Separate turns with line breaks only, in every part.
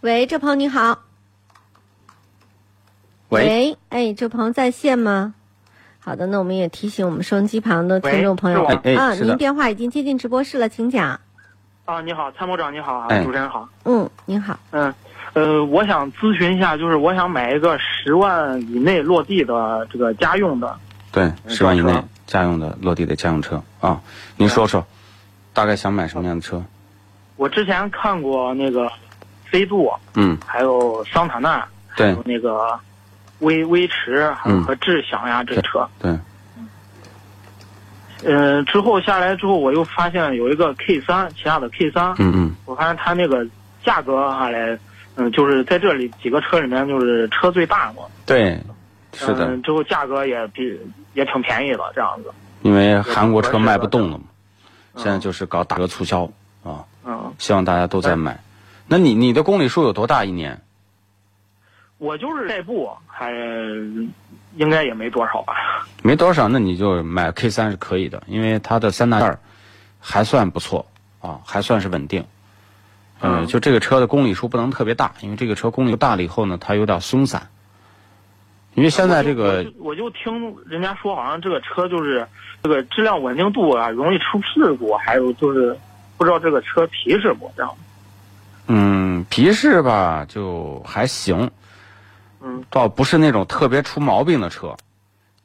喂，这鹏你好。
喂，
哎，这鹏在线吗？好的，那我们也提醒我们收音机旁的听众朋友
喂是我哎哎
啊，
是的
您电话已经接进直播室了，请讲。
啊，你好，参谋长，你好啊，
哎
主持人好。
嗯，您好，
嗯，呃，我想咨询一下，就是我想买一个十万以内落地的这个家用的。
对，
嗯
十万以
是吧是
内
吧
家用的落地的家用车啊，您说说，大概想买什么样的车？
我之前看过那个飞度，
嗯，
还有桑塔纳，还
对
有那个威威驰，还有
嗯
和智享呀、这车。
对，
呃，之后下来之后，我又发现有一个 K 三，起亚的 K 三，
嗯嗯
我发现它那个价格下来，嗯，就是在这里几个车里面，就是车最大嘛。
对，是的
嗯，，之后价格也比也挺便宜了，这样子。
因为韩国车卖不动了嘛，
嗯
现在就是搞打折促销啊，
嗯，
希望大家都在买。那你你的公里数有多大一年？
我就是代步，还应该也没多少吧。
没多少，那你就买 K 三是可以的，因为它的三大件儿还算不错啊，还算是稳定。呃
嗯
就这个车的公里数不能特别大，因为这个车公里数大了以后呢，它有点松散。因为现在这
我
个
就我就听人家说，好像这个车就是这个质量稳定度啊，容易出事故，还有就是不知道这个车皮实不这样。
嗯皮实吧，就还行，
嗯，
倒不是那种特别出毛病的车，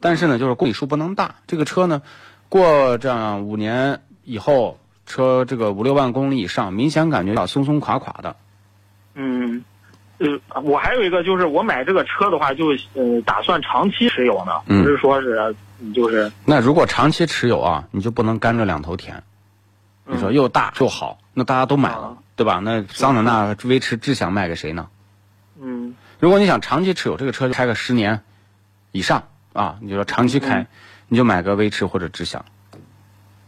但是呢，就是公里数不能大。这个车呢，过这样五年以后，车这个五六万公里以上，明显感觉到松松垮垮的。
嗯，呃，我还有一个就是，我买这个车的话就，呃打算长期持有呢，
嗯
不是说是就是
那如果长期持有啊，你就不能干这两头甜。
嗯
你说又大又好，那大家都买了
啊，
对吧？那桑塔纳、威驰、智享卖给谁呢？
嗯
如果你想长期持有这个车，开个十年以上啊，你就说长期开，你就买个威驰或者智享，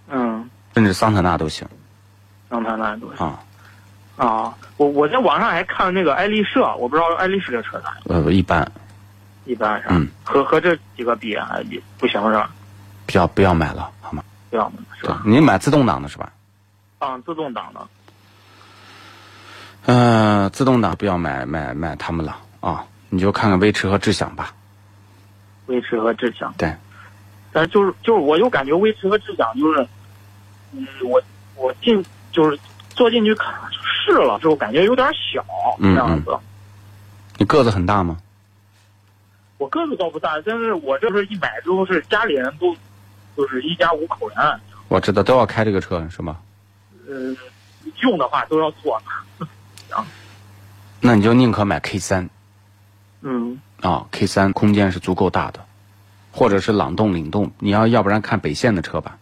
嗯，
甚至桑塔纳都行
让他那东西
啊。
啊。我我在网上还看那个爱丽舍，我不知道爱丽舍这车咋样。
呃，一般
一般是吧，
嗯
和和这几个比啊，也不行是吧？
不要不要买了，好吗？
这样的是
对
吧，？
你买自动挡的是吧？
啊，自动挡的，
嗯、自动挡不要买买买他们了啊，你就看看威驰和智享吧。
威驰和智享。
对，
但是就是就是，我又感觉威驰和智享就是，嗯，我我进就是坐进去看试了之后，感觉有点小
嗯
这样子。
你个子很大吗？
我个子倒不大，但是我这不是一买之后是家里人都就是一家五口人，
我知道都要开这个车是吧？
嗯、用的话都要坐。
那你就宁可买 K 三
嗯
啊，K 三空间是足够大的，或者是朗动、领动。你要要不然看北线的车吧，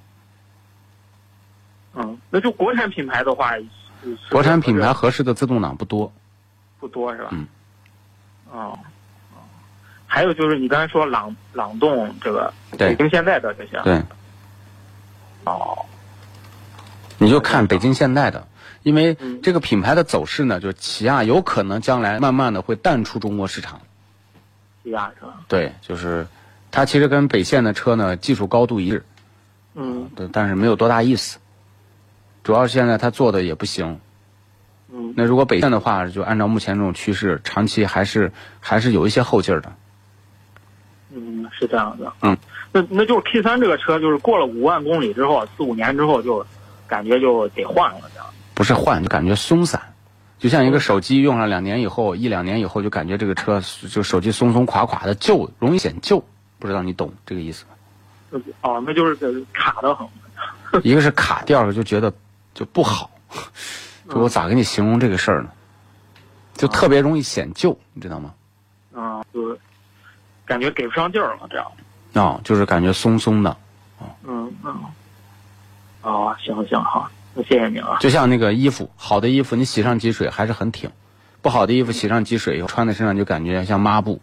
嗯，那就国产品牌的话，是
国产品
是
牌合适的自动挡不多。
不多是吧？
嗯。
哦。哦还有就是你刚才说朗朗动这个，
对
北京现在的这些，
对，
哦，
你就看北京现代的，因为
嗯
这个品牌的走势呢，就是起亚有可能将来慢慢的会淡出中国市场。
起亚是吧？
对，就是它其实跟北线的车呢技术高度一致，
嗯
对，但是没有多大意思。主要是现在它做的也不行，
嗯
那如果北线的话，就按照目前这种趋势，长期还是还是有一些后劲儿的。
嗯，是这样的。
嗯，
那那就是 K 三这个车，就是过了五万公里之后，四五年之后就感觉就得换了，这样。
不是换，就感觉松散。就像一个手机用上两年以后，一两年以后就感觉这个车就手机松松垮垮的，旧容易显旧，不知道你懂这个意思吗？
就是哦，那就是卡的很。
一个是卡，第二个就觉得就不好，就我咋给你形容这个事儿呢？就特别容易显旧，你知道吗？
嗯，就是感觉给不上劲儿了，这样。
啊、就是感觉松松的，
嗯嗯。哦，行行好，那谢谢你啊。
就像那个衣服，好的衣服你洗上几水还是很挺，不好的衣服洗上几水以后穿在身上就感觉像抹布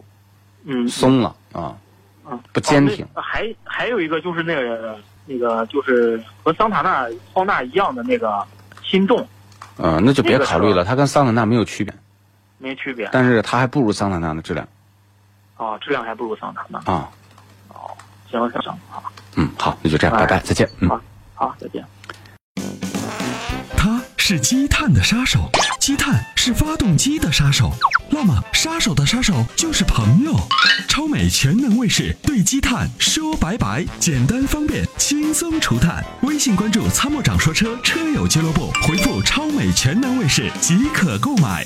嗯，
松了啊，
嗯
不坚挺
哦那还还有一个就是那个那个就是和桑塔纳、浩纳一样的那个心动，
嗯、那就别考虑了，它跟桑塔纳没有区别，
没区别啊、
但是它还不如桑塔纳的质量
哦质量还不如桑塔纳。
啊。
行行行，好，
嗯，好，那就这样，
哎
拜拜，再见，嗯。
好，再见。
它是积碳的杀手，积碳是发动机的杀手。那么，杀手的杀手就是朋友。超美全能卫士对积碳说拜拜，简单方便，轻松除碳。微信关注“参谋长说车”车友俱乐部，回复“超美全能卫士”即可购买。